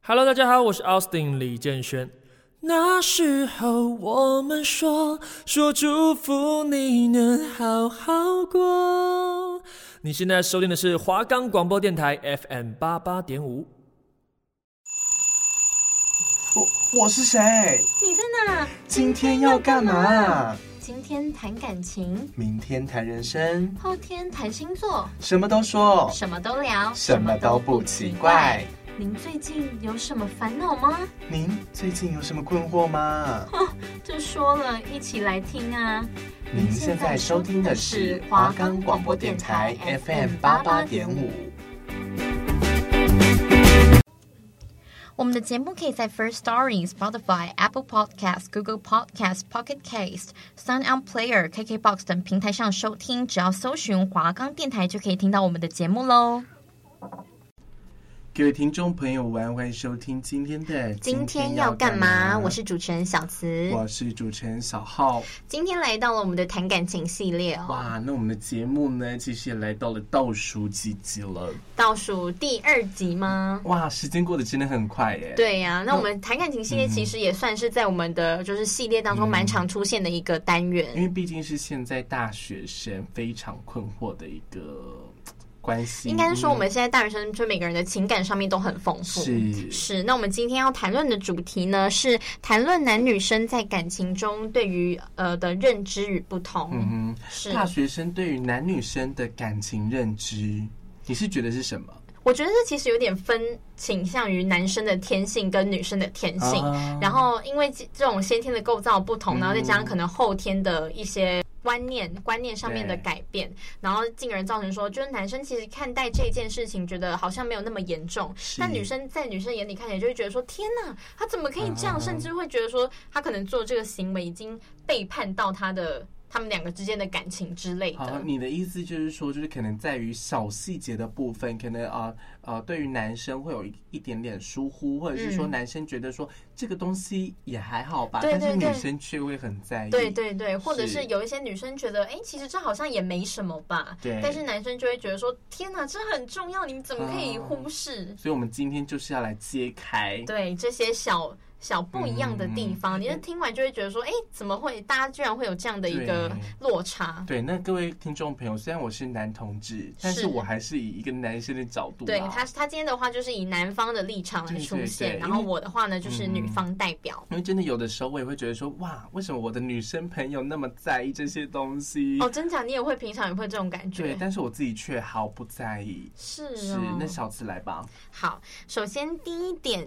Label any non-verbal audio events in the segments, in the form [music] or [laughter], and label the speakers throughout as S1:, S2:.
S1: Hello，大家好，我是 Austin 李建轩。那时候我们说说祝福你能好好过。你现在收听的是华冈广播电台 FM 八八点五。
S2: 我我是谁？
S3: 你在哪？
S2: 今天要干嘛？
S3: 今天谈感情，
S2: 明天谈人生，
S3: 后天谈星座，
S2: 什么都说，
S3: 什么都聊，
S2: 什么都不奇怪。。
S3: 您最近有什么烦恼吗？
S2: 您最近有什么困惑 [laughs] 吗？
S3: 就说了一起来听啊！
S2: 您现在收听的是华冈广播电台 FM 八八点五。
S3: 我们的节目可以在 First Story、Spotify、Apple Podcast、Google Podcast、Pocket Cast、Sound On Player、KKBox 等平台上收听，只要搜寻华冈电台就可以听到我们的节目喽。
S2: 各位听众朋友们，欢迎收听今天的。
S3: 今天要干嘛？我是主持人小慈。
S2: 我是主持人小浩。
S3: 今天来到了我们的谈感情系列哦，
S2: 哇，那我们的节目呢，其实也来到了倒数几集了。
S3: 倒数第二集吗？
S2: 哇，时间过得真的很快耶。
S3: 对呀、那我们谈感情系列其实也算是在我们的就是系
S2: 嗯
S3: 列当中蛮常出现的一个单
S2: 因
S3: 元，
S2: 为毕竟是现在大学生非常困惑的一个嘖关系，
S3: 应该是说我们现在大学生就每个人的情感上面都很丰富。
S2: 是
S3: 是，那我们今天要谈论的主题呢，是谈论男女生在感情中对于呃的认知与不同。
S2: 嗯
S3: 是
S2: 哼，，大学生对于男女生的感情认知，你是觉得是什么？
S3: 我觉得这其实有点分倾向于男生的天性跟女生的天性，
S2: 啊
S3: 然后因为这这种先天的构造不
S2: 嗯
S3: 同，然后再加上可能后天的一些观念观念上面的
S2: 对
S3: 改变，然后进而造成说，就是男生其实看待这件事情觉得好像没有那么严重，
S2: 是
S3: 但女生在女生眼里看起来就会觉得说，天哪，他怎么可以这样？
S2: 嗯
S3: 甚至会觉得说，他可能做这个行为已经背叛到他的他们两个之间的感情之类
S2: 好，
S3: 的。
S2: 你的意思就是说，就是可能在于小细节的部分，可能啊呃对于男生会有一一点点疏忽，或者是说
S3: 嗯
S2: 男生觉得说这个东西也还好吧，
S3: 对对
S2: 但是女
S3: 对
S2: 生却会很在意。
S3: 对对对，或者是
S2: 是
S3: 有一些女生觉得，哎、其实这好像也没什么吧。
S2: 对
S3: 但是男生就会觉得说，天哪，这很重要，你们怎么可以
S2: 哦
S3: 忽视？
S2: 所以我们今天就是要来揭开，
S3: 对这些小小不一样的
S2: 嗯
S3: 地方，你就听完就会觉得说，哎、怎么会大家居然会有这样的一个落差？
S2: 对，那各位听众朋友，虽然我是男同志，但是
S3: 是
S2: 我还是以一个男生的角度啦，
S3: 对他，他今天的话就是以男方的立场来出
S2: 对
S3: 现，
S2: 对对
S3: 然后
S2: 因为嗯
S3: 我的话呢就是女方代表。
S2: 因为真的有的时候我也会觉得说，哇，为什么我的女生朋友那么在意这些东西？
S3: 哦，真假你也会平常也会这种感
S2: 对，
S3: 觉，
S2: 但是我自己却毫不在意。
S3: 是
S2: 是
S3: 哦。，
S2: 那小次来吧，
S3: 好，首先第一点，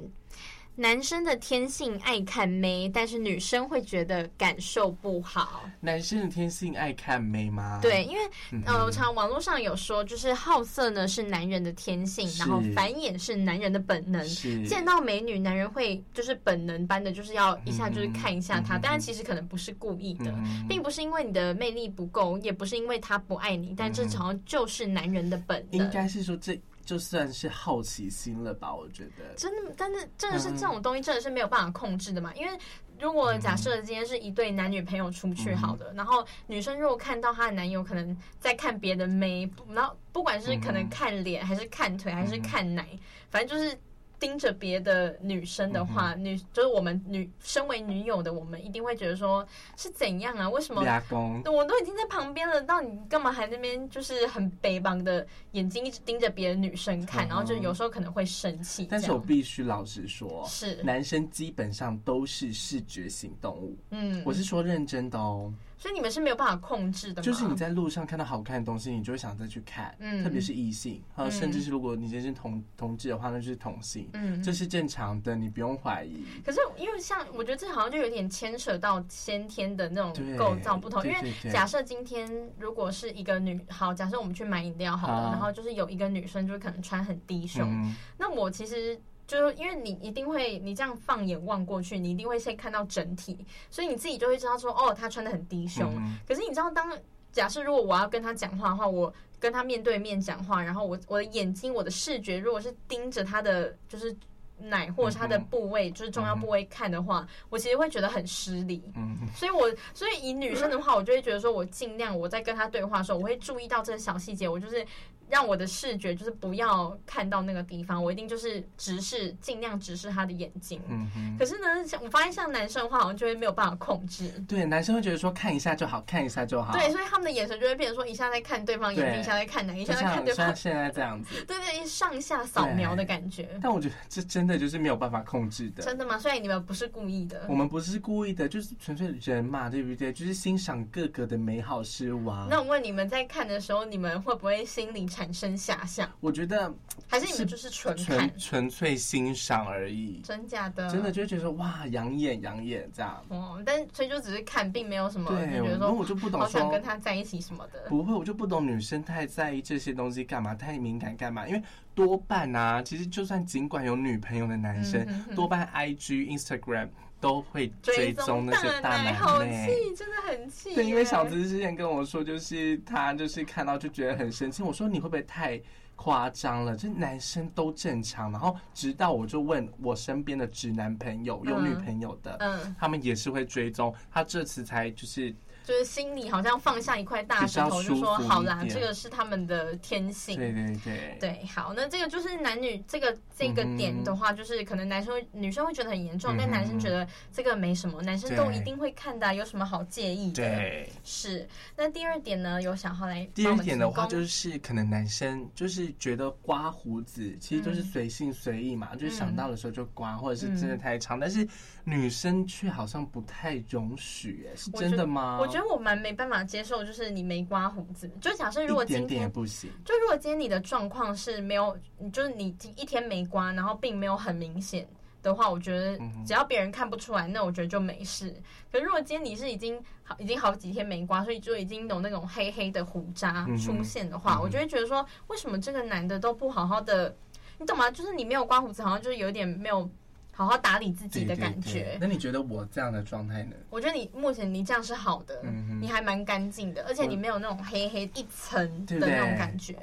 S3: 男生的天性爱看妹，但是女生会觉得感受不好。
S2: 男生的天性爱看妹吗？
S3: 对，，因为
S2: 嗯
S3: 呃，我常网络上有说，就是好色呢是男人的天性，然后
S2: 是
S3: 繁衍是男人的本能。
S2: 是
S3: 见到美女，男人会就是本能般的，就是要一下就是看一下
S2: 嗯
S3: 她，
S2: 嗯嗯
S3: 但是其实可能不是故意的，
S2: 嗯
S3: 并不是因为你的魅力不够，也不是因为他不爱你，但这好像就是男人的本
S2: 嗯应
S3: 能。
S2: 该是说这就算是好奇心了吧？我觉得，
S3: 真的，但是真的是这种东西，真的是没有办法控制的
S2: 嗯
S3: 嘛。因为如果假设今天是一对男女朋友出去好
S2: 嗯
S3: 的，然后女生如果看到她的男友可能在看别的妹，不然后不管是可能看脸还是看腿还是看
S2: 嗯
S3: 奶，反正就是。盯着别的女生的话，
S2: 嗯
S3: 女就是我们女身为女友的，我们一定会觉得说是怎样啊？为什么
S2: 俩公
S3: 我都已经在旁边了，到你干嘛还那边就是很北茫的眼睛一直盯着别的女生
S2: 嗯
S3: 看，然后就有时候可能会生气这样。
S2: 但是我必须老实说，
S3: 是
S2: 男生基本上都是视觉型动物，
S3: 嗯，
S2: 我是说认真的哦。
S3: 所以你们是没有办法控制的吗？
S2: 就是你在路上看到好看的东西，你就会想再去看，
S3: 嗯
S2: 特别是异性，还有
S3: 嗯
S2: 甚至是如果你今天是同同志的话，那就是同性，
S3: 嗯
S2: 这是正常的，你不用怀疑。
S3: 可是因为像我觉得这好像就有点牵扯到先天的那种
S2: 对
S3: 构造不同，
S2: 对
S3: 因
S2: 对
S3: 为
S2: 对
S3: 假设今天如果是一个女，好，假设我们去买饮料好了，
S2: 好
S3: 然后就是有一个女生就可能穿很低胸，
S2: 啊嗯，
S3: 那我其实。就是因为你一定会，你这样放眼望过去，你一定会先看到整体，所以你自己就会知道说，哦，她穿的很低胸，
S2: 嗯
S3: 可是你知道当，假设如果我要跟他讲话的话，我跟他面对面讲话，然后我我的眼睛、我的视觉如果是盯着他的就是奶或者是他的
S2: 嗯哼
S3: 部位，就是重要部位看的话，我其实会觉得很失礼。
S2: 嗯，
S3: 所以我，所以以女生的话，我就会觉得说，我尽量我在跟他对话的时候，我会注意到这个小细节，我就是让我的视觉就是不要看到那个地方，我一定就是直视，尽量直视他的眼睛。
S2: 嗯哼，
S3: 可是呢，像我发现像男生的话，好像就会没有办法控制。
S2: 对，男生会觉得说看一下就好，看一下就好。
S3: 对，，所以他们的眼神就会变成说，一下在看对方眼睛，
S2: 对
S3: 一下在看哪，一
S2: 就
S3: 下在看
S2: 像
S3: 对方
S2: 像，现在这样
S3: [laughs]
S2: 子。
S3: 对对，上下扫描的感觉。
S2: 但我觉得这真的就是没有办法控制的。
S3: 真的吗？虽然你们不是故意的
S2: 我，们不是故意的，就是纯粹人嘛，对不对？就是欣赏各个的美好事物啊。
S3: 那我问你们在看的时候，你们会不会心里产生遐想，
S2: 我觉得
S3: 还是你们就是纯看？
S2: 纯纯粹欣赏而已，
S3: 真假的？
S2: 真的就会觉得说哇，养眼养眼这样。
S3: 哦，但所以就只是看，并没有什么
S2: 对，
S3: 就觉得
S2: 我
S3: 说
S2: 我就不懂
S3: 好想
S2: 说
S3: 跟他在一起什么的。
S2: 不会，我就不懂女生太在意这些东西干嘛，太敏感干嘛？因为多半啊，其实就算尽管有女朋友的男生，
S3: 嗯哼哼
S2: 多半 IG、Instagram 都会追踪
S3: 踪
S2: 那些大
S3: 奶，好
S2: 男妹。
S3: 气，真的很气耶。
S2: 对，因为小子之前跟我说，就是他就是看到就觉得很生气。我说你会不会太夸张了？这男生都正常。然后直到我就问我身边的直男朋友、有女朋友的，
S3: 嗯，
S2: 他们也是会追踪。他这次才就是
S3: 就是心里好像放下一块大石头，
S2: 比较
S3: 就说
S2: 舒服一
S3: 好啦，
S2: 点
S3: 这个是他们的天性。
S2: 对对对
S3: 对，好，那这个就是男女这个这个点的话，就是可能男生会女生会觉得很严
S2: 嗯
S3: 重，
S2: 嗯哼
S3: 但男生觉得这个没什么，男生都
S2: 对
S3: 一定会看的啊，有什么好介意的？
S2: 对。
S3: 是。那第二点呢，有想要来
S2: 第二点的话，就是是可能男生就是觉得刮胡子其实就是
S3: 嗯
S2: 随性随意嘛，就是想到的时候就刮，或者是真的太
S3: 嗯
S2: 长。但是女生却好像不太容许，哎，是
S3: 我觉
S2: 真的吗？
S3: 我觉得我蛮没办法接受，就是你没刮胡子。就假设如果
S2: 一点
S3: 今
S2: 点也
S3: 天，
S2: 不行。
S3: 就如果今天你的状况是没有，就是你一天没刮，然后并没有很明显的话，我觉
S2: 嗯
S3: 得只要别人看不出来，那我觉得就没事。可是如果今天你是已经好已经好几天没刮，所以就已经有那种黑黑的胡渣
S2: 嗯哼
S3: 出现的话，我就会觉得说，为什么这个男的都不好好的，你懂吗？就是你没有刮胡子，好像就是有点没有好好打理自己的
S2: 对对
S3: 感觉。
S2: 对那你觉得我这样的状态呢？
S3: 我觉得你目前你这样是好的，
S2: 嗯哼
S3: 你还蛮干净的，而且你没有那种黑黑一层的
S2: 对不对
S3: 那种感觉。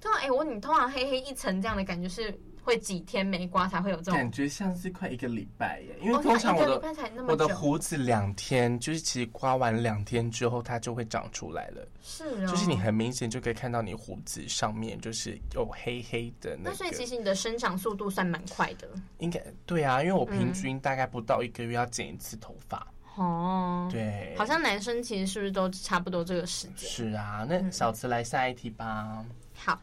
S3: 通常，哎、我你通常黑黑一层这样的感觉是会几天没刮才会有这种
S2: 感，觉像是快一个礼拜耶，因
S3: 哦
S2: 为通常我
S3: 那一个礼
S2: 的
S3: 拜才那么
S2: 我
S3: 久，
S2: 的胡子两天，就是其实刮完两天之后，它就会长出来了，
S3: 是哦，
S2: 就是你很明显就可以看到你胡子上面就是有黑黑的那
S3: 那
S2: 个。
S3: 所以其实嗯你的生长速度算蛮快的
S2: 应该对啊，因为我平均大概不到一个月要剪一次头发，
S3: 哦。
S2: 对，
S3: 好像男生其实是不是都差不多这个时间？
S2: 是啊。
S3: 嗯
S2: 那小慈来下一题吧。
S3: 好，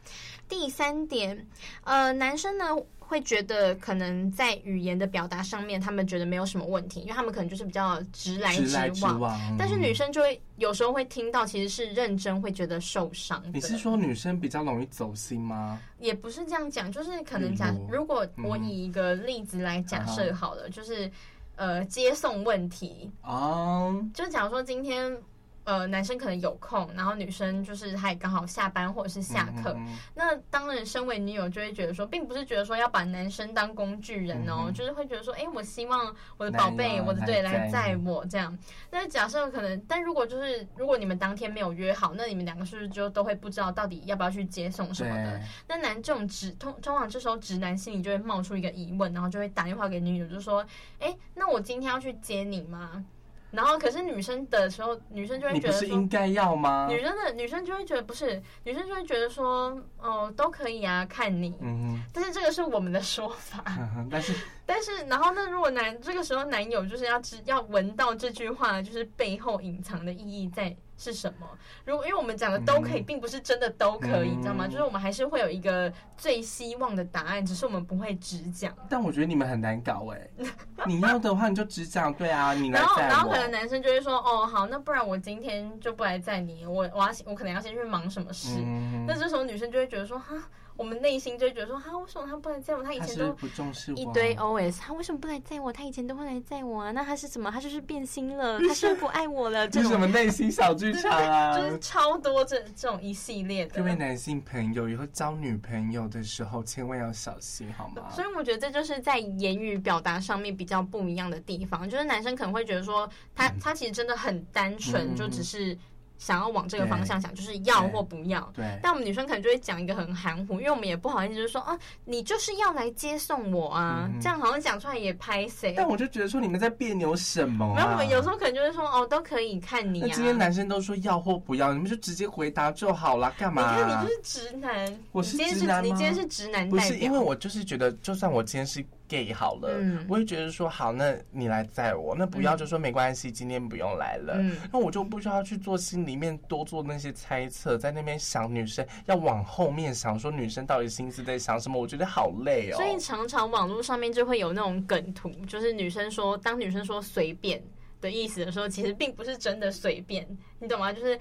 S3: 第三点，呃，男生呢会觉得可能在语言的表达上面，他们觉得没有什么问题，因为他们可能就是比较直来
S2: 直来直
S3: 往。
S2: 往，
S3: 但是女生就会有时候会听到，其实是认真会觉得受伤的。
S2: 你是说女生比较容易走心吗？
S3: 也不是这样讲，就是可能
S2: 例
S3: 假，
S2: 如
S3: 如果我
S2: 嗯啊
S3: 以一个例子来假设好了，就是呃接送问题，
S2: 哦，
S3: 就假如说今天呃男生可能有空，然后女生就是她也刚好下班或者是下课，
S2: 嗯
S3: 那当然，身为女友就会觉得说，并不是觉得说要把男生当工具人
S2: 嗯
S3: 哦，
S2: 哼
S3: 就是会觉得说，哎、我希望我的宝贝，
S2: 男友
S3: 我的对
S2: 来
S3: 来
S2: 载
S3: 载我这样。那假设可能，但如果就是如果你们当天没有约好，那你们两个是不是就都会不知道到底要不要去接送什么的
S2: 对？
S3: 那男这种直通通常这时候直男心里就会冒出一个疑问，然后就会打电话给女友，就说，哎、那我今天要去接你吗？然后可是女生的时候，女生就会
S2: 你
S3: 觉
S2: 不
S3: 得
S2: 是
S3: 说。
S2: 应该要吗？
S3: 女生的女生就会觉得不是，女生就会觉得说，哦，都可以啊，看你。
S2: 嗯
S3: 但是这个是我们的说法， [laughs]
S2: 哼，嗯但是
S3: 但是然后那如果男这个时候男友就是要知要闻到这句话，就是背后隐藏的意义在是什么？如果因为我们讲的都可以，并不是真的都可以，你知道吗？
S2: 嗯
S3: 就是我们还是会有一个最希望的答案，只是我们不会只讲。
S2: 但我觉得你们很难搞哎、
S3: [laughs]
S2: 你要的话你就只讲对啊，你来
S3: 然后，
S2: 载
S3: 然后
S2: 我
S3: 可能男生就会说，哦，好，那不然我今天就不来载你，我我要先我可能要先去忙什么事。
S2: 嗯
S3: 那这时候女生就会觉得说，哈，我们内心就会觉得说，哈，为什么他不来载我？他以
S2: 他
S3: 前
S2: 是
S3: 都
S2: 不重视我啊
S3: 一堆 OS，他为什么不来载我？他以前都会来载我啊，那他是什么？他就是变
S2: [laughs]
S3: 心了，他是不是不爱我了，
S2: 这
S3: 这
S2: 是什
S3: 种
S2: 么内心小剧场啊？
S3: [laughs] 就是 [laughs] 超多这这种一系列的
S2: 各。位男性朋友，以后交女朋友的时候千万要小心，好吗？
S3: 所以我觉得这就是在言语表达上面比较不一样的地方，就是男生可能会觉得说他他其实真的很单纯，
S2: 嗯
S3: 就只是想要往这个方向想，就是要或不要。
S2: 对，
S3: 但我们女生可能就会讲一个很含糊，因为我们也不好意思就是说啊，你就是要来接送我啊，
S2: 嗯
S3: 这样好像讲出来也拍谁。
S2: 但我就觉得说你们在别扭什么、啊？
S3: 然后我们有时候可能就会说哦，都可以看你
S2: 那
S3: 啊。
S2: 今天男生都说要或不要，你们就直接回答就好了，干嘛、
S3: 你看你就是直男，
S2: 我是
S3: 你今天
S2: 直男吗
S3: 你今天是直男
S2: 不
S3: 代
S2: 是
S3: 表，
S2: 因为我就是觉得，就算我今天是 gay 好了，
S3: 嗯
S2: 我也觉得说好，那你来载我，那不要就说没关系，今天不用来了。
S3: 嗯
S2: 那我就不需要去做心里面多做那些猜测，在那边想女生要往后面想，说女生到底心思在想什么，我觉得好累哦。
S3: 所以常常网络上面就会有那种梗图，就是女生说，当女生说随便的意思的时候，其实并不是真的随便，你懂吗？就是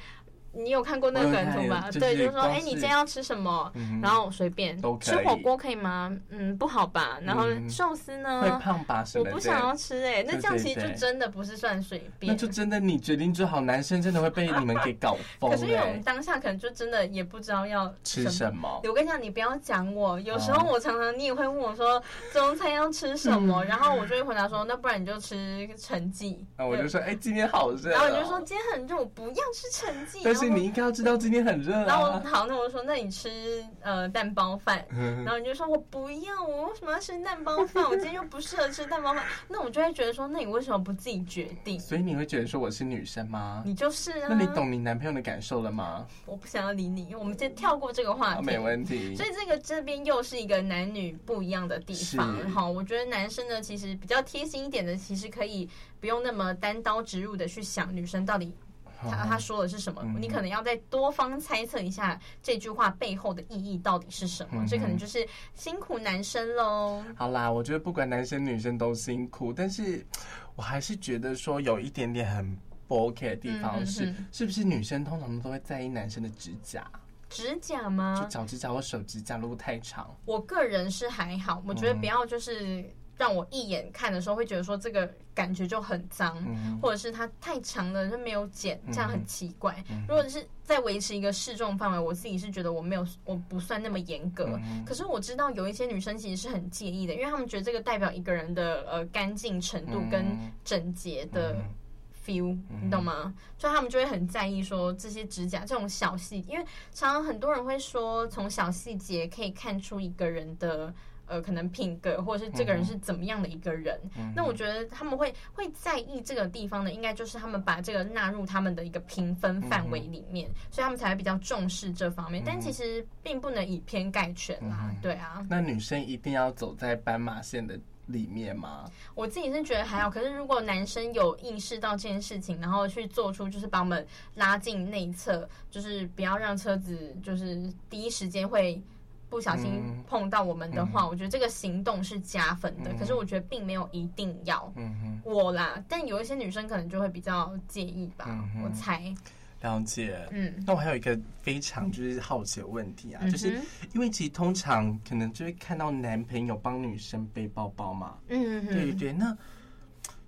S3: 你有看过那个梗图
S2: 我有看
S3: 吗？
S2: 就是
S3: 对，就是说，
S2: 光
S3: 哎、
S2: 是
S3: 你今天要吃什么？
S2: 嗯
S3: 然后我随便
S2: 都，可以
S3: 吃火锅可以吗？嗯，不好吧？然后
S2: 嗯
S3: 寿司呢？
S2: 会胖吧什
S3: 我
S2: 么的，
S3: 不想要吃哎、那这样
S2: 对对
S3: 其实就
S2: 对
S3: 真的不是算随
S2: 那
S3: 便。
S2: 就真的你决定就好，男生真的会被你们给
S3: [laughs]
S2: 搞疯
S3: 可是因为我
S2: 哎、
S3: 们当下可能就真的也不知道要
S2: 吃
S3: 么。
S2: 什么？哦
S3: 我跟你讲，你不要讲我。有时候我常常你也会问我说中餐要吃什么，然后我就会回答说，那不然你就吃陈记。
S2: 嗯那我就
S3: 对
S2: 说，哎、今天好热、哦。
S3: 然后你就说今天很热，我不要吃陈记。
S2: 但是
S3: 然后
S2: 你应该要知道今天很热、啊。
S3: 然后我好，那我就说那你吃呃蛋包饭，
S2: 嗯
S3: 然后你就说我不要，我为什么要吃蛋包饭？我今天又不适合吃蛋包饭。那我就会觉得说，那你为什么不自己决
S2: [laughs]
S3: 定？
S2: 所以你会觉得说我是女生吗？
S3: 你就是啊，
S2: 那你？懂你男朋友的感受了吗？
S3: 我不想要理你，我们先跳过这个话
S2: 啊
S3: 题。
S2: 没问题
S3: 所。以这个这边又是一个男女不一样的地方
S2: 是
S3: 哈。我觉得男生呢，其实比较贴心一点的，其实可以不用那么单刀直入的去想女生到底她她说的是什么，
S2: 嗯
S3: 你可能要再多方猜测一下这句话背后的意义到底是什么。
S2: 嗯哼
S3: 这可能就是辛苦男生喽。
S2: 好啦，我觉得不管男生女生都辛苦，但是我还是觉得说有一点点很不 OK 的地
S3: 嗯嗯
S2: 方
S3: 嗯
S2: 是，是不是女生通常都会在意男生的指甲，
S3: 指甲
S2: 就
S3: 吗？
S2: 脚指甲或手指甲如果太长，
S3: 我个人是还好，我觉得不
S2: 嗯
S3: 要就是让我一眼看的时候会觉得说这个感觉就很脏，
S2: 嗯
S3: 或者是它太长了就没有剪，这样很奇怪。
S2: 嗯
S3: 如果是在维持一个适重范围，我自己是觉得我没有我不算那么严格。
S2: 嗯
S3: 可是我知道有一些女生其实是很介意的，因为她们觉得这个代表一个人的呃干净程度跟
S2: 嗯
S3: 整洁的
S2: 嗯
S3: feel，、你懂吗？所以他们就会很在意说这些指甲这种小细，因为常常很多人会说从小细节可以看出一个人的。呃，可能品格，或者是这个人是怎么样的一个人，那我觉得他们会会在意这个地方的，应该就是他们把这个纳入他们的一个评分范围里面，所以他们才会比较重视这方面。但其实并不能以偏概全啦，对啊。
S2: 那女生一定要走在斑马线的里面吗？
S3: 我自己是觉得还好，可是如果男生有意识到这件事情，然后去做出就是把我们拉进内侧，就是不要让车子就是第一时间会不小心
S2: 嗯
S3: 碰到我们的话，我觉得这个行动是加分的。可是我觉得并没有一定要
S2: 嗯哼。
S3: 我啦，但有一些女生可能就会比较介意吧，
S2: 嗯哼
S3: 我猜。
S2: 了解。
S3: 嗯，
S2: 那我还有一个非常就是好奇的问题啊，
S3: 嗯哼
S2: 就是因为其实通常可能就会看到男朋友帮女生背包包嘛，
S3: 嗯
S2: 对对对。那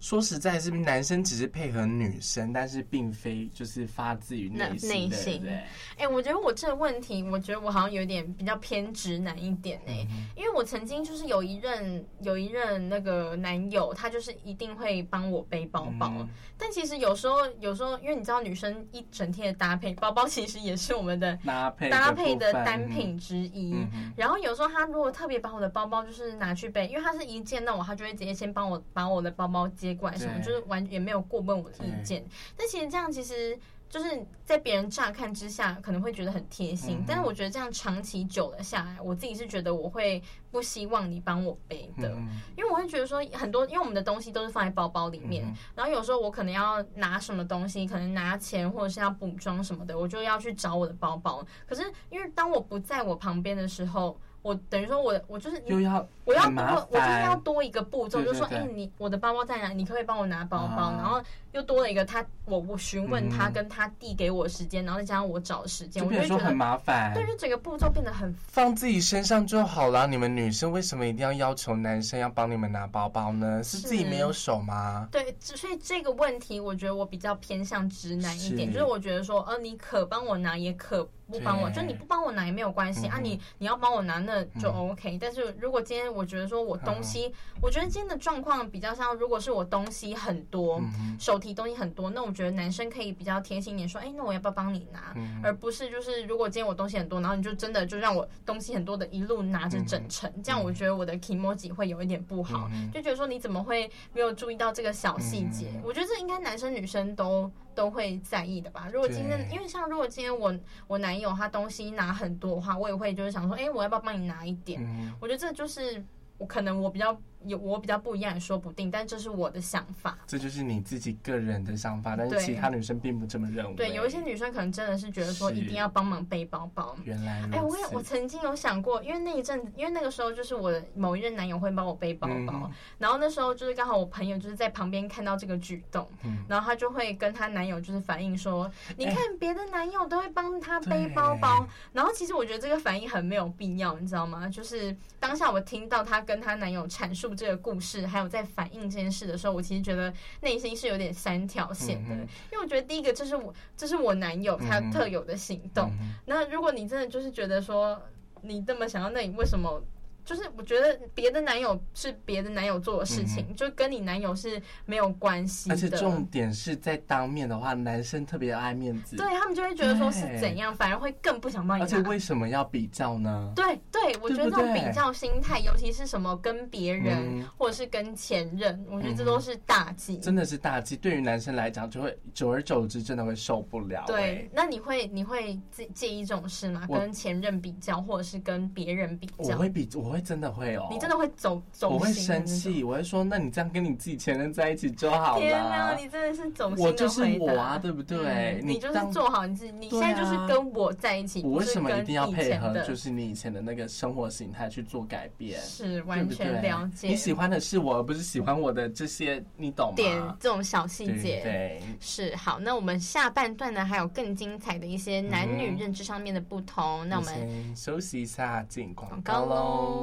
S2: 说实在是，男生只是配合女生，但是并非就是发自于内心，
S3: 那内
S2: 对
S3: 心
S2: 不对？
S3: 哎、我觉得我这个问题，我觉得我好像有点比较偏直男一点
S2: 嗯
S3: 哎、因为我曾经就是有一任有一任那个男友，他就是一定会帮我背包包，
S2: 嗯
S3: 但其实有时候有时候，因为你知道女生一整天的搭配，包包其实也是我们的
S2: 搭配
S3: 搭配
S2: 配
S3: 的单品之一。
S2: 嗯哼
S3: 然后有时候他如果特别把我的包包就是拿去背，因为他是一见到我，他就会直接先帮我把我的包包接过来，什么
S2: 对
S3: 就是完也没有过问我的意见。但其实这样其实。就是在别人乍看之下可能会觉得很贴心，
S2: 嗯
S3: 但是我觉得这样长期久了下来，我自己是觉得我会不希望你帮我背的，
S2: 嗯
S3: 因为我会觉得说很多，因为我们的东西都是放在包包里面，然后有时候我可能要拿什么东西，可能拿钱或者是要补妆什么的，我就要去找我的包包。可是因为当我不在我旁边的时候，我等于说我我就是
S2: 又要
S3: 我要
S2: 很
S3: 多
S2: 麻
S3: 我就是要
S2: 烦
S3: 多一个步骤，
S2: 对
S3: 就是说，
S2: 对
S3: 哎、
S2: 对
S3: 你我的包包在哪？你可不可以帮我拿包包？
S2: 啊
S3: 然后又多了一个他，我我询问他
S2: 嗯
S3: 跟他递给我时间，然后再加上我找时间，
S2: 就
S3: 我就
S2: 变
S3: 会
S2: 成
S3: 觉
S2: 说很
S3: 得，
S2: 麻烦，
S3: 对，就整个步骤变得很
S2: 放自己身上就好啦。你们女生为什么一定要要求男生要帮你们拿包包呢？是
S3: 是
S2: 自己没有手吗？
S3: 对，只所以这个问题，我觉得我比较偏向直男一点，
S2: 是
S3: 就是我觉得说，呃，你可帮我拿，也可不帮我，
S2: 对
S3: 就你不帮我拿也没有关系、啊
S2: 嗯
S3: 你，你要帮我拿那就
S2: 嗯
S3: OK、但是如果今天我觉得说我东西，我觉得今天的状况比较像，如果是我东西很多，
S2: 嗯哼
S3: 手提东西很多，那我觉得男生可以比较贴心一点，说，哎、那我要不要帮你拿？
S2: 嗯
S3: 而不是就是如果今天我东西很多，然后你就真的就让我东西很多的一路拿着整程，这样我觉得我的 k i m o j i 会有一点不好，
S2: 嗯
S3: 就觉得说你怎么会没有注意到这个小细节？
S2: 嗯
S3: 我觉得这应该男生女生都都会在意的吧。如果今天
S2: 对
S3: 因为像如果今天我我男友他东西拿很多的话，我也会就是想说，哎、我要不要帮你拿一点？
S2: 嗯
S3: 我觉得这就是我可能我比较有我比较不一样，也说不定，但这是我的想法。
S2: 这就是你自己个人的想法，但是
S3: 对
S2: 其他女生并不这么认为。
S3: 对，有一些女生可能真的是觉得说
S2: 是嗯
S3: 一定要帮忙背包包。
S2: 原来如此。
S3: 哎、我也我曾经有想过，因为那一阵子，因为那个时候就是我的某一任男友会帮我背包包，
S2: 嗯
S3: 然后那时候就是刚好我朋友就是在旁边看到这个举动，
S2: 嗯哎
S3: 然后她就会跟她男友就是反映说，你看别的男友都会帮她背
S2: 对
S3: 包包，然后其实我觉得这个反应很没有必要，你知道吗？就是当下我听到她跟她男友阐述这个故事，还有在反映这件事的时候，我其实觉得内心是有点三条线的，
S2: 嗯哼
S3: 因为我觉得第一个这是我这是我男友他
S2: 嗯哼
S3: 特有的行动，
S2: 嗯哼
S3: 那如果你真的就是觉得说你这么想要，那你为什么？就是我觉得别的男友是别的男友做的事情，就跟你男友是没有关系
S2: 嗯
S3: 的。
S2: 而且重点是在当面的话，男生特别爱面子。
S3: 对啊他们就会觉得说是
S2: 对
S3: 怎样，反而会更不想帮你
S2: 而且
S3: 拿。
S2: 为什么要比较呢？
S3: 对对，我觉
S2: 对
S3: 得这
S2: 不
S3: 种
S2: 对
S3: 比较心态，尤其是什么跟别人、
S2: 嗯
S3: 或者是跟前任，我觉得这
S2: 嗯
S3: 都是大忌。
S2: 真的是大忌，对于男生来讲，就会久而久之真的会受不了、
S3: 对，，那你会你会介介意这种事吗？
S2: 欸我
S3: 跟前任比较，或者是跟别人比
S2: 我
S3: 较，
S2: 会比，我会真的会哦，
S3: 你真的会走走心？
S2: 我会生。气，我会说，那你这样跟你自己前任在一起就好
S3: 天哪，
S2: 了。
S3: 你真的是走心
S2: 我
S3: 的
S2: 就是
S3: 回答
S2: 我啊，对不对？
S3: 嗯你就是
S2: 当
S3: 做好你自己，你
S2: 对
S3: 现在就是
S2: 啊
S3: 跟我在一起，
S2: 我
S3: 不
S2: 为
S3: 是
S2: 什么一
S3: 跟
S2: 定要
S3: 以
S2: 配
S3: 前
S2: 合
S3: 的？？
S2: 就是你以前的那个生活形态去做改变，
S3: 是
S2: 对
S3: 完
S2: 不
S3: 全
S2: 对？
S3: 了解
S2: 你喜欢的是我，而不是喜欢我的这些，你懂
S3: 点
S2: 吗？
S3: 这种小细
S2: 对
S3: 节。
S2: 对，
S3: 是好，那我们下半段呢，还有更精彩的一些男女
S2: 嗯
S3: 认知上面的不同。那我们
S2: 先休息一下，进广
S3: 广
S2: 告
S3: 告喽
S2: 喽。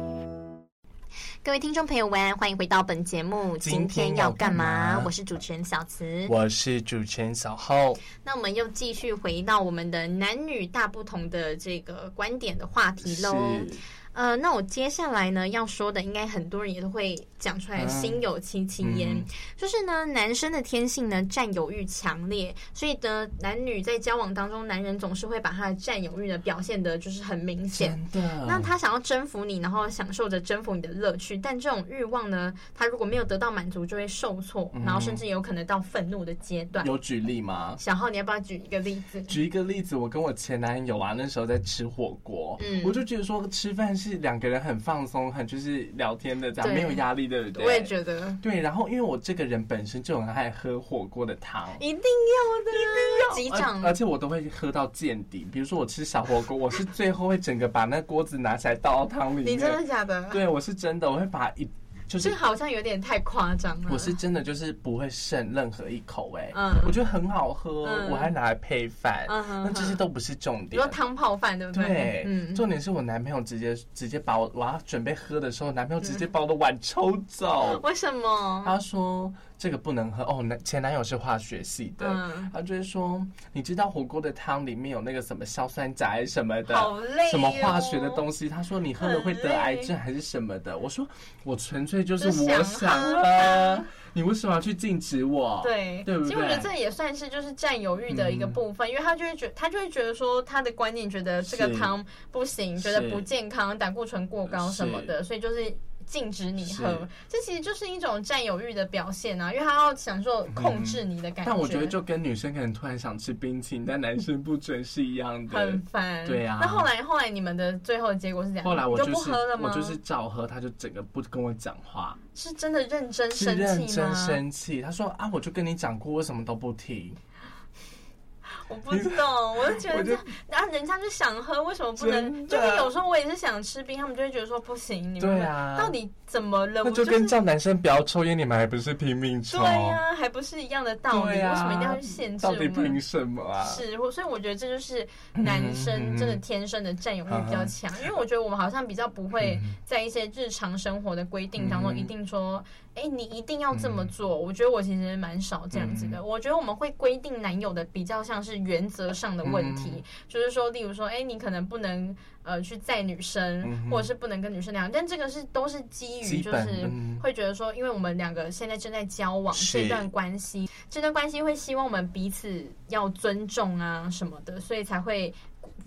S3: 各位听众朋友，晚安，欢迎回到本节目。
S2: 今天要干嘛
S3: 我是主持人小慈。
S2: 我是主持人小厚，
S3: 那我们又继续回到我们的男女大不同的这个观点的话题
S2: 是
S3: 喽。呃，那我接下来呢要说的，应该很多人也都会讲出来，
S2: 嗯
S3: 心有戚戚焉。
S2: 嗯
S3: 就是呢，男生的天性呢，占有欲强烈，所以呢，男女在交往当中，男人总是会把他的占有欲呢表现的，就是很明显。
S2: 真的。
S3: 那他想要征服你，然后享受着征服你的乐趣，但这种欲望呢，他如果没有得到满足，就会受挫，
S2: 嗯
S3: 然后甚至有可能到愤怒的阶段。
S2: 有举例吗？
S3: 小浩，你要不要举一个例子？
S2: 举一个例子，我跟我前男友啊，那时候在吃火锅，
S3: 嗯
S2: 我就觉得说吃饭是两个人很放松、很就是聊天的，这样
S3: 对
S2: 没有压力，对不对？
S3: 我也觉得
S2: 对，然后因为我这个人本身就很爱喝火锅的汤，
S3: 一定要的，一
S2: 而
S3: 掌
S2: 而且我都会喝到见底。比如说我吃小火锅，我是最后会整个把那锅子拿起来倒到汤里
S3: 你
S2: 面。
S3: 真的假的？
S2: [laughs] 对，我是真的，我会把一就是
S3: 这好像有点太夸张了。
S2: 我是真的就是不会剩任何一口哎、
S3: 嗯
S2: 我觉得很好喝，
S3: 嗯
S2: 我还拿来配饭，
S3: 嗯哼
S2: 那这些都不是重
S3: 你
S2: 点
S3: 说。汤泡饭对不
S2: 对，
S3: 嗯，
S2: 重点是我男朋友直接直接把我我要准备喝的时候，男朋友直接
S3: 嗯
S2: 把我的碗抽走。
S3: 为什么？
S2: 他说这个不能喝哦，男前男友是化学系的，
S3: 嗯
S2: 他就会说，你知道火锅的汤里面有那个什么硝酸钾还是什么的，
S3: 好累哦
S2: 什么化学的东西，他说你喝了会
S3: 很
S2: 得
S3: 累
S2: 癌症还是什么的，我说我纯粹就是
S3: 就
S2: 我
S3: 想
S2: 想
S3: 喝
S2: 喝，你为什么要去禁止我？
S3: 对，
S2: 对不对嗯
S3: 其实我觉得这也算是就是占有欲的一个部分，因为他就会觉他就会觉得说他的观念觉得这个
S2: 是
S3: 汤不行，觉
S2: 是
S3: 得不健康，胆固醇过高什么的，所以就是。禁止你喝
S2: 是，
S3: 这其实就是一种占有欲的表现啊，因为他要享受控制你的感觉。
S2: 嗯但我觉得就跟女生可能突然想吃冰淇淋，但男生不准是一样的
S3: 很。烦。
S2: 对啊
S3: 那后来后来你们的最后的结果是怎样？
S2: 后来我
S3: 你就是不喝了
S2: 我
S3: 吗？
S2: 就是照喝，他就整个不跟我讲话，
S3: 是真的认真
S2: 是
S3: 生气吗？
S2: 认真生气。他说啊，我就跟你讲过，为什么都不听？
S3: 我不懂，我就觉
S2: 我
S3: 得
S2: 就
S3: 这啊，人家就想喝，为什么不能？
S2: 真
S3: 就
S2: 的
S3: 是有时候我也是想吃冰，他们就会觉得说不行，你们
S2: 对啊
S3: 到底怎么了？
S2: 那
S3: 呃我
S2: 就是跟叫男生不要抽烟，你们还不是拼命抽？
S3: 对呀、还不是一样的道理？
S2: 对啊
S3: 为什么一定要去限制我
S2: 哦到底凭
S3: 们？
S2: 什么啊？
S3: 是，我所以我觉得这就是男生
S2: 嗯嗯嗯嗯
S3: 真的天生的占有欲比较强，因为我觉得我们好像比较不会在一些日常生活的规定当中
S2: 嗯
S3: 一定说，哎、你一定要这么做。我觉得我其实蛮少这样子
S2: 嗯
S3: 的，我觉得我们会规定男友的比较像是原则上的问题，
S2: 嗯
S3: 就是说，例如说，哎、你可能不能呃去载女生，
S2: 嗯哼
S3: 或者是不能跟女生那样，但这个是都是基于
S2: 基
S3: 就
S2: 本
S3: 是
S2: 嗯
S3: 会觉得说，因为我们两个现在正在交往
S2: 是
S3: 这段关系，这段关系会希望我们彼此要尊重啊什么的，所以才会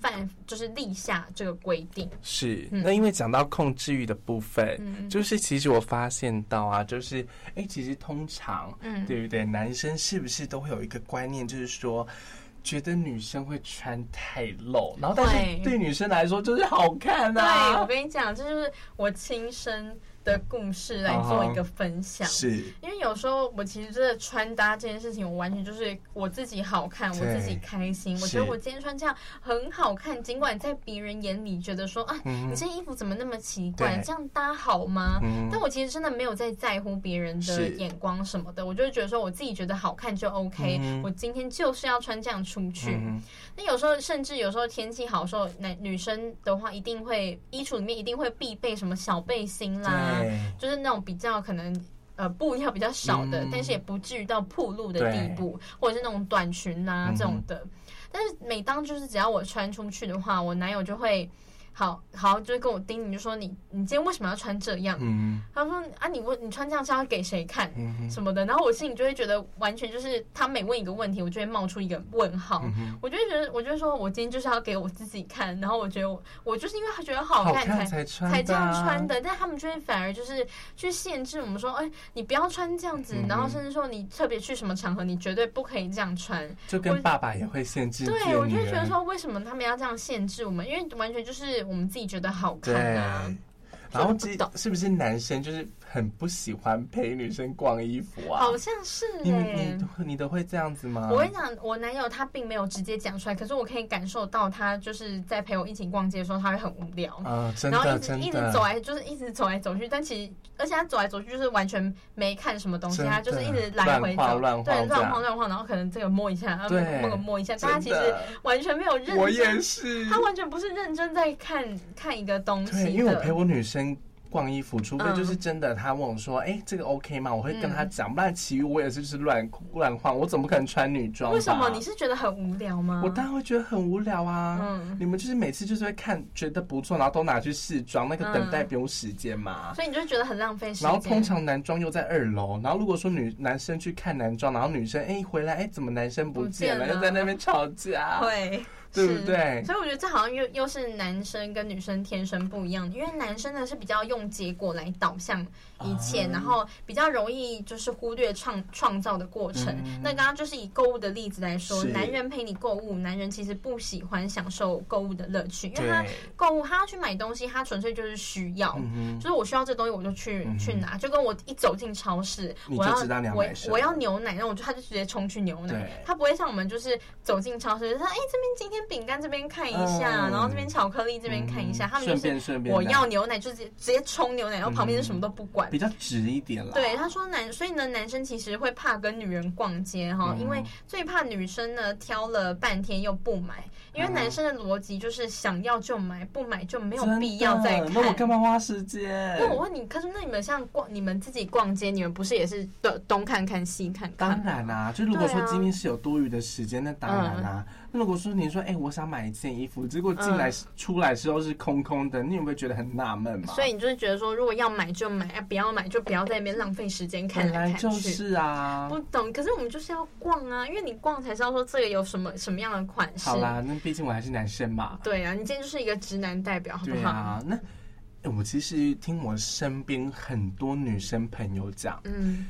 S3: 犯就是立下这个规定。
S2: 是，
S3: 嗯
S2: 那因为讲到控制欲的部分，就是其实我发现到啊，就是哎、诶其实通常，
S3: 嗯
S2: 对不对？男生是不是都会有一个观念，就是说。觉得女生会穿太露，然后但
S3: 会
S2: 是对女生来说就是好看
S3: 对，我
S2: 啊，
S3: 跟你讲，这就是我亲身的故事来做一个分享。
S2: 是
S3: 因为有时候我其实真的穿搭这件事情，我完全就是我自己好看，我
S2: 对
S3: 自己开心。我
S2: 是
S3: 觉得我今天穿这样很好看，尽管在别人眼里觉得说啊，
S2: 嗯
S3: 你这件衣服怎么那么奇怪，
S2: 对
S3: 这样搭好吗？
S2: 嗯
S3: 但我其实真的没有在在乎别人的
S2: 是
S3: 眼光什么的，我就会觉得说我自己觉得好看就 OK，、
S2: 嗯
S3: 我今天就是要穿这样出去。
S2: 嗯
S3: 那有时候甚至有时候天气好的时候，男女生的话一定会衣橱里面一定会必备什么小背心啦，
S2: 对
S3: 就是那种比较可能。呃，布料比较少的，
S2: 嗯
S3: 但是也不至于到铺路的地步，或者是那种短裙啊、
S2: 嗯哼
S3: 这种的。但是每当就是只要我穿出去的话，我男友就会好好就跟我叮咛，就说你你今天为什么要穿这样？
S2: 嗯
S3: 他说啊，你问你穿这样是要给谁看？
S2: 嗯哼
S3: 什么的，然后我心里就会觉得完全就是他每问一个问题，我就会冒出一个问号，
S2: 嗯哼
S3: 我就会觉得，我就会说我今天就是要给我自己看，然后我觉得我我就是因为他觉得好
S2: 好
S3: 看才
S2: 看才穿
S3: 才这样
S2: 的啊
S3: 穿的，但他们就会反而就是去限制我们说，哎，你不要穿这样子，
S2: 嗯
S3: 然后甚至说你特别去什么场合，你绝对不可以这样穿。
S2: 就
S3: 我
S2: 跟爸爸也会限制自己
S3: 对，
S2: 的
S3: 我就
S2: 女
S3: 会觉得
S2: 儿
S3: 说，为什么他们要这样限制我们？因为完全就是我们自己觉得好看啊。
S2: 然后
S3: 不
S2: 这
S3: 懂
S2: 是不是男生就是很不喜欢陪女生逛衣服啊？
S3: 好像是
S2: 你
S3: 哎、
S2: 你都你都会这样子吗？
S3: 我跟你讲，我男友他并没有直接讲出来，可是我可以感受到他就是在陪我一起逛街的时候，他会很无聊。
S2: 啊，真
S3: 然后
S2: 的
S3: 一直
S2: 真
S3: 一直
S2: 的
S3: 走来，就是一直走来走去，但其实而且他走来走去就是完全没看什么东西，
S2: 真的
S3: 他就是一直来回
S2: 乱晃
S3: 走，
S2: 乱晃这
S3: 对，乱
S2: 样
S3: 晃乱晃，然后可能这个摸一下，然后
S2: 对
S3: 那个摸一下，但他
S2: 真
S3: 其实
S2: 的，
S3: 完全没有认真，
S2: 我也是
S3: 他。完全不是认真在看看一个东西的，
S2: 对，因为我陪我女生逛衣服，除非
S3: 嗯
S2: 就是真的，她问我说：“哎，这个 OK 吗？”我会跟她讲，不然其余我也是就是乱乱晃，我怎么可能穿女装吧？
S3: 为什么你是觉得很无聊吗？
S2: 我当然会觉得很无聊啊！
S3: 嗯
S2: 你们就是每次就是会看觉得不错，然后都拿去试妆，那个等待不用时间嘛。
S3: 所以你就觉得很浪费嗯时间。
S2: 然后通常男装又在二楼，然后如果说女男生去看男装，然后女生哎、回来哎、怎么男生不见
S3: 不
S2: 了，
S3: 见了
S2: 又在那边吵架，
S3: [laughs] 会，
S2: 啊对
S3: 是
S2: 不对
S3: 所以我觉得这好像又又是男生跟女生天生不一样的，因为男生呢是比较用结果来导向一
S2: 啊
S3: 切，然后比较容易就是忽略创创造的过程。那刚刚就是以购物的例子来说，
S2: 嗯是
S3: 男人陪你购物，男人其实不喜欢享受购物的乐趣，因为
S2: 对
S3: 他购物他要去买东西，他纯粹就是需要。
S2: 嗯
S3: 就是我需要这东西，我就去、去拿，就跟我一走进超市，
S2: 你
S3: 我
S2: 就
S3: 要
S2: 知道你要
S3: 我
S2: 买什么
S3: 我要牛奶，然后我就他就直接冲去牛奶
S2: 对，
S3: 他不会像我们就是走进超市，他哎、这边今天饼干这边看一下，
S2: 嗯
S3: 然后这边巧克力这边看一下，他们就
S2: 顺便
S3: 是
S2: 顺便
S3: 我
S2: 拿嗯
S3: 要牛奶就直接直接冲牛奶，然后旁边就什么都不管
S2: 比。较直一点啦。
S3: 对，他说男，所以呢，男生其实会怕跟女人逛街
S2: 嗯
S3: 哈，因为最怕女生呢挑了半天又不买，因
S2: 嗯
S3: 为男生的逻辑就是想要就买，不买就没有
S2: 真的
S3: 必要再看。
S2: 那我干嘛花时间？
S3: 那我问你，可是那你们像逛，你们自己逛街，你们不是也是东东看看西看看？
S2: 当然啦、就如果说
S3: 对啊
S2: 今天是有多余的时间，那当然啦、
S3: 嗯
S2: 那如果说你说，哎、我想买一件衣服，结果进来、出来时候是空空的，你有没有觉得很纳闷嘛？
S3: 所以你就是觉得说，如果要买就买，啊、不要买就不要在那边浪费时间看
S2: 本来
S3: 来看去。
S2: 就是啊。
S3: 不懂，可是我们就是要逛啊，因为你逛才知道说这个有什么什么样的款式。
S2: 好啦，那毕竟我还是男生
S3: [laughs]
S2: 嘛。
S3: 对啊，你今天就是一个直男代表，好不
S2: 对
S3: 好？
S2: 啊，那、哎我其实听我身边很多女生朋友讲，
S3: 嗯，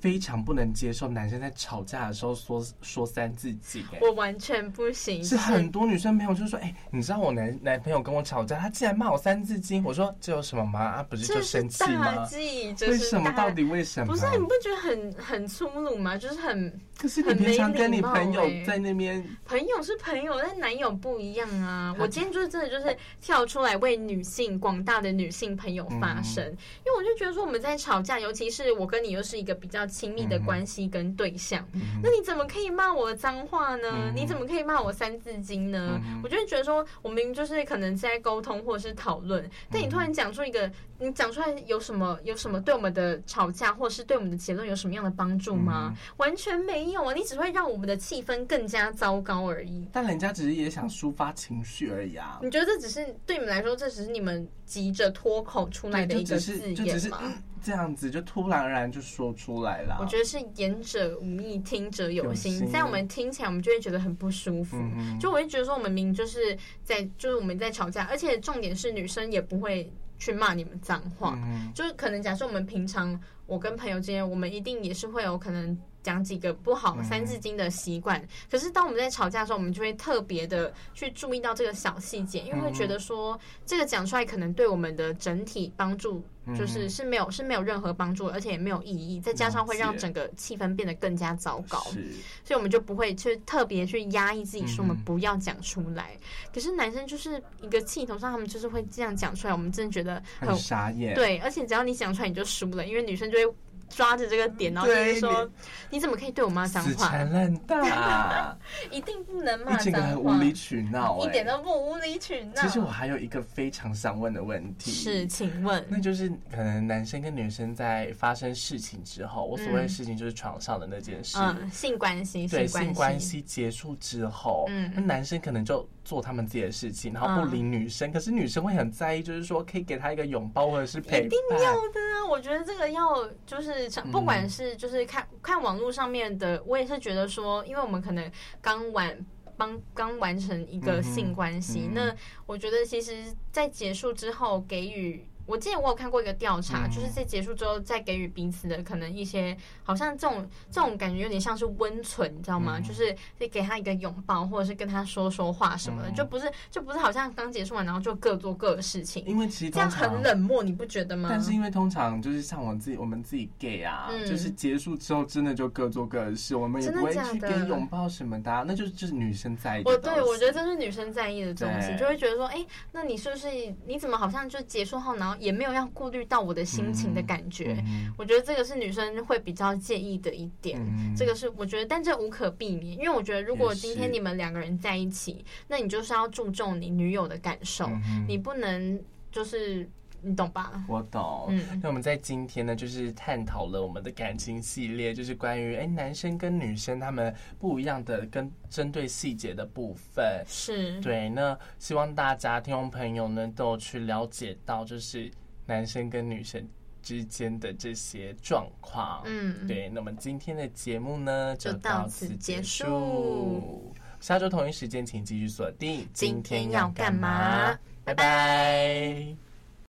S2: 非常不能接受男生在吵架的时候说说三字经、哎
S3: 我完全不行，
S2: 是很多女生朋友就说：“哎、你知道我男男朋友跟我吵架，他竟然骂我三字经。”我说：“这有什么吗？啊，不是
S3: 这
S2: 就是生气
S3: 大
S2: 吗？
S3: 忌，这
S2: 为
S3: 是
S2: 什么？
S3: 大
S2: 到底为什么？”
S3: 不是啊你不觉得很很粗鲁吗？就是很
S2: 可是你
S3: 很
S2: 平
S3: 没
S2: 常跟
S3: 礼
S2: 你
S3: 貌
S2: 朋友
S3: 哎
S2: 在那边，
S3: 朋友是朋友，但男友不一样啊。
S2: 他
S3: 我今天就是真的就是跳出来为女性广大的女性朋友发声，因为我就觉得说我们在吵架，尤其是我跟你又是一个比较亲密的
S2: 嗯
S3: 关系跟对象，
S2: 嗯
S3: 那你怎么可以骂我脏话呢？
S2: 嗯
S3: 你怎么可以骂我三字经呢？
S2: 嗯
S3: 我就会觉得说，我明明就是可能在沟通或者是讨
S2: 嗯
S3: 论，但你突然讲出一个，你讲出来有什么有什么对我们的吵架或者是对我们的结论有什么样的帮助
S2: 嗯
S3: 吗？完全没有啊！你只会让我们的气氛更加糟糕而已。
S2: 但人家只是也想抒发情绪而已啊。
S3: 你觉得这只是对你们来说，这只是你们急着脱口出来
S2: 对，
S3: 的
S2: 就
S3: 一个
S2: 只
S3: 字
S2: 是就只
S3: 眼
S2: 是
S3: 吗？
S2: 嗯这样子，就突然而然就说出来了。
S3: 我觉得是言者无意，听者有
S2: 有
S3: 心。
S2: 心
S3: 在我们听起来，我们就会觉得很不舒服。
S2: 嗯哼
S3: 就我会觉得说，我们明明就是在，就是我们在吵架，而且重点是女生也不会去骂你们脏话。
S2: 嗯
S3: 就是可能假设我们平常我跟朋友之间，我们一定也是会有可能讲几个不好
S2: 嗯
S3: 三字经的习惯。可是当我们在吵架的时候，我们就会特别的去注意到这个小细节，因为会觉得说这个讲出来可能对我们的整体帮助
S2: 嗯
S3: 就是是没有是没有任何帮助，而且也没有意义，再加上会
S2: 了
S3: 让
S2: 解
S3: 整个气氛变得更加糟糕。
S2: 是
S3: 所以我们就不会去特别去压抑自己，说我们
S2: 嗯
S3: 不要讲出来。可是男生就是一个气头上，他们就是会这样讲出来，我们真的觉得很
S2: 很傻眼。
S3: 对，而且只要你讲出来，你就输了，因为女生就会抓着这个点，然后就
S2: 对
S3: 是说你怎么可以对我妈脏
S2: 死
S3: 话？
S2: 缠烂 [laughs] 打，
S3: 一定不能
S2: 一
S3: 骂
S2: 整个
S3: 脏
S2: 很无
S3: 话，
S2: 理取闹、
S3: 一
S2: 哎
S3: 点都不无理取闹。
S2: 其实我还有一个非常想问的问题，
S3: 是，请问，
S2: 那就是可能男生跟女生在发生事情之后，我所谓的
S3: 嗯
S2: 事情就是床上的那件事，
S3: 嗯，性关系，
S2: 对性关
S3: 系，
S2: 系结束之后，
S3: 嗯
S2: 那男生可能就做他们自己的事情，然后不理女生，可是女生会很在意，就是说可以给他一个拥抱或者是陪
S3: 一定
S2: 伴，
S3: 要的啊！我觉得这个要就是常，不
S2: 嗯
S3: 管是就是看看网络上面的，我也是觉得说，因为我们可能刚完。刚刚完成一
S2: 嗯
S3: 个
S2: 哼
S3: 性关系，
S2: 嗯
S3: 那我觉得其实，在结束之后给予，我记得我有看过一个调查，
S2: 嗯
S3: 就是在结束之后再给予彼此的可能一些，好像这种这种感觉有点像是温存，你知道吗？
S2: 嗯
S3: 就是得给他一个拥抱，或者是跟他说说话什么的，
S2: 嗯
S3: 就不是就不是好像刚结束完然后就各做各的事情，
S2: 因为其实通
S3: 这样
S2: 常
S3: 很冷漠，你不觉得吗？
S2: 但是因为通常就是像我自己，我们自己 gay 啊，
S3: 嗯
S2: 就是结束之后真的就各做各的事，我们也
S3: 真的
S2: 不会
S3: 假
S2: 去
S3: 的
S2: 给拥抱什么的啊、那就是就是女生在意的
S3: 我
S2: 东
S3: 对我
S2: 西
S3: 觉得这是女生在意的东西，
S2: 对
S3: 就会觉得说，哎、那你是不是你怎么好像就结束后，然后也没有要顾虑到我的心情的感觉？
S2: 嗯
S3: 我觉得这个是女生会比较介意的一点。
S2: 嗯
S3: 这个是我觉得，但这无可避免，因为我觉得如果今
S2: 也
S3: 天
S2: 是
S3: 你们两个人在一起，那你就是要注重你女友的感受，
S2: 嗯哼
S3: 你不能就是你懂吧？
S2: 我懂。
S3: 嗯
S2: 那我们在今天呢，就是探讨了我们的感情系列，就是关于哎男生跟女生他们不一样的跟针对细节的部分。
S3: 是，
S2: 对，那希望大家听众朋友呢都有去了解到，就是男生跟女生之间的这些状况。
S3: 嗯
S2: 对，那我们今天的节目呢
S3: 就到
S2: 到
S3: 此
S2: 此
S3: 结
S2: 结
S3: 束
S2: 束。下周同一时间，请继续锁定。
S3: 今天要干嘛
S2: 拜拜